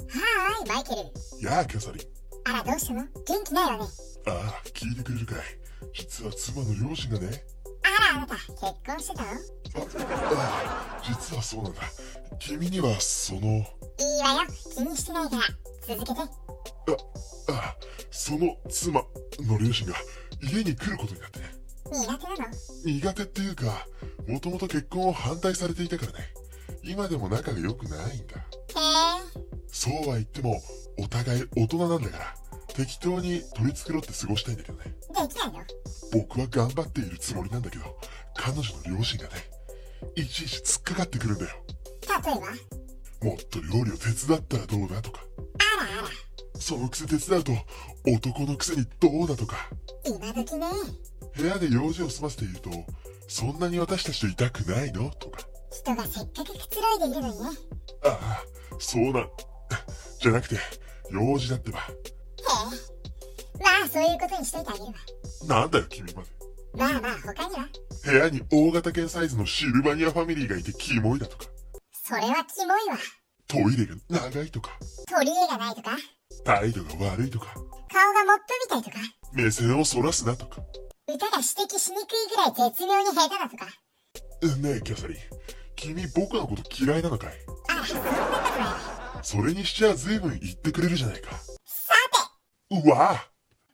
ーい、マイケル。やあ、キャサリン。あら、どうしたの元気ないわね。ああ、聞いてくれるかい。実は妻の両親がね。あら、あなた、結婚してたのいあああ、実はそうなんだ。君には、その、いわよ、気にしてないから。続けて。ああ、その妻の両親が家に来ることになってね。苦手なの苦手っていうか、もともと結婚を反対されていたからね。今でも仲が良くないんだ。へえ。そうは言っても、お互い大人なんだから、適当に取り繕って過ごしたいんだけどね。できないの僕は頑張っているつもりなんだけど、彼女の両親がね、いちいち突っかかってくるんだよ。例えばもっと料理を手伝ったらどうだとか、あらあら、そのくせ手伝うと、男のくせにどうだとか、今時ね。部屋で用事を済ませていると、そんなに私たちといたくないのとか、人がせっかくくつろいでいるのにね。へああ、そうなん、 じゃなくて、用事だってば。え。まあ、そういうことにしといてあげるわ。なんだよ、君まで。まあまあ、他には部屋に大型犬サイズのシルバニアファミリーがいてキモいだとか、それはキモいわ。トイレが長いとか、取り柄がないとか、態度が悪いとか、顔がモップみたいとか、目線をそらすなとか。歌が指摘しにくいぐらい絶妙に下手だとか。ねえ、キャサリン。君僕のこと嫌いなのかいあら、そんなことないわ。それにしちゃ随分言ってくれるじゃないか。さて、うわ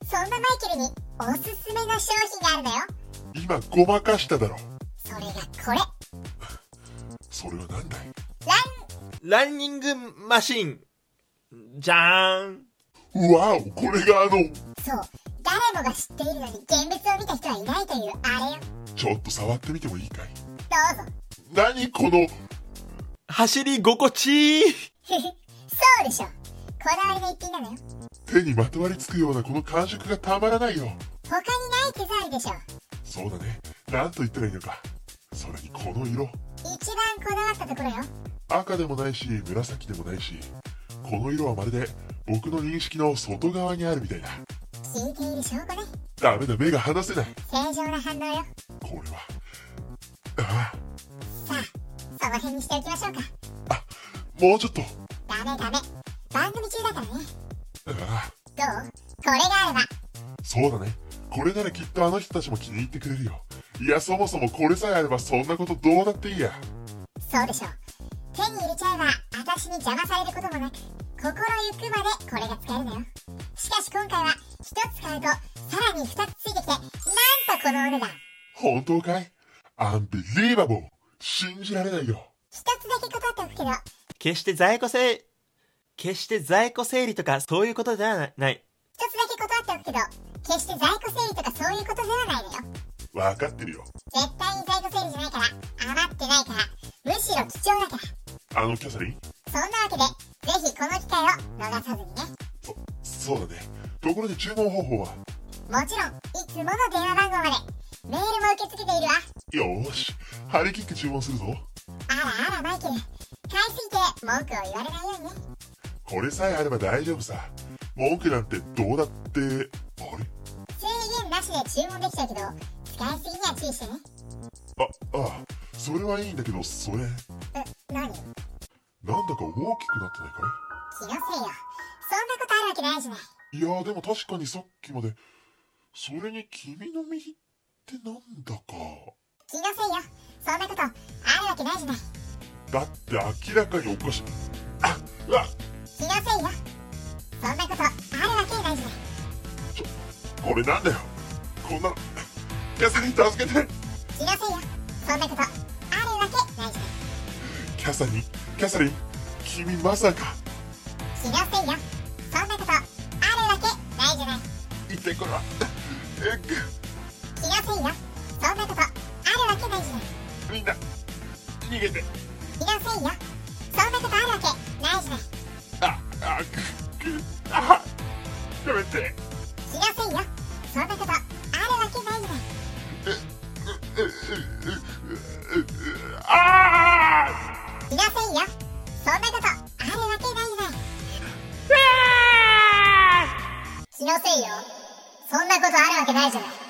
ぁそんなマイケルにおすすめの商品があるのよ。今ごまかしただろ。それがこれ。それはなんだいラランニングマシン。じゃーん。うわおこれがあの、ンそう。誰もが知っているのに現物を見た人はいないというあれよ。ちょっと触ってみてもいいかいどうぞ。 何この、走り心地いい。ふふ、そうでしょ。こだわりの一品なのよ。手にまとわりつくようなこの感触がたまらないよ。他にない手触りでしょ。そうだね。なんと言ったらいいのか。それにこの色。一番こだわったところよ。赤でもないし、紫でもないし。この色はまるで僕の認識の外側にあるみたいだ。聞いている証拠ね。ダメだ、目が離せない。正常な反応よ。これは。あさあ、その辺にしておきましょうか。あ、もうちょっと。ダメダメ。番組中だからね。どうああ、これがあれば。そうだね。これならきっとあの人たちも気に入ってくれるよ。いや、そもそもこれさえあればそんなことどうだっていいや。そうでしょう。手に入れちゃえば、私に邪魔されることもなく、心ゆくまでこれが使えるのよ。しかし今回は、一つ買うと、さらに二つついてきて、なんとこのお値段。本当かいアンビリーバボー信じられないよ。一つだけ断っておくけど、決して在庫整、決して在庫整理とかそういうことではなない。一つだけ断っておくけど、決して在庫整理とかそういうことではないのよ。わかってるよ。絶対に在庫整理じゃないから、余ってないから、むしろ貴重だから。あのキャサリンそんなわけで、ぜひこの機会を逃さずにね。そ、そうだね。ところで注文方法はもちろん、いつもの電話番号まで、メールも受け付けているわ。よーし。張り切って注文するぞ。あらあらマイケル買いすぎて文句を言われないようにねこれさえあれば大丈夫さ。文句なんてどうだって、あれ制限なしで注文できちゃうけど使いすぎには注意してねあ、ああ、それはいいんだけど、それ、なんえ何気のだか大きくなってないかせいよそんなことあるわけないじゃないいいやーでも確かにさっきまで、それに君の右ってなんだか。気のせいよそんなことあるわけないじゃないだって明らかにおかしい。あ、うわ、気のせいよそんなことあるわけないじゃないこれなんだよ。こんな、キャサリン助けて。気のせいよそんなことあるわけないじゃないキャサリン、キャサリン、君まさか、気のせいよそんなことあるわけないじゃない一体これは、えぐ気のせいよそんなことあるわけないじゃないみんな、逃げて。気のせいよそんなことあるわけないじゃないあ、あ、く、く、あ、やめて。気のせいよそんなことあるわけないじゃないああ気のせいよそんなことあるわけないじゃない気のせいよそんなことあるわけないじゃない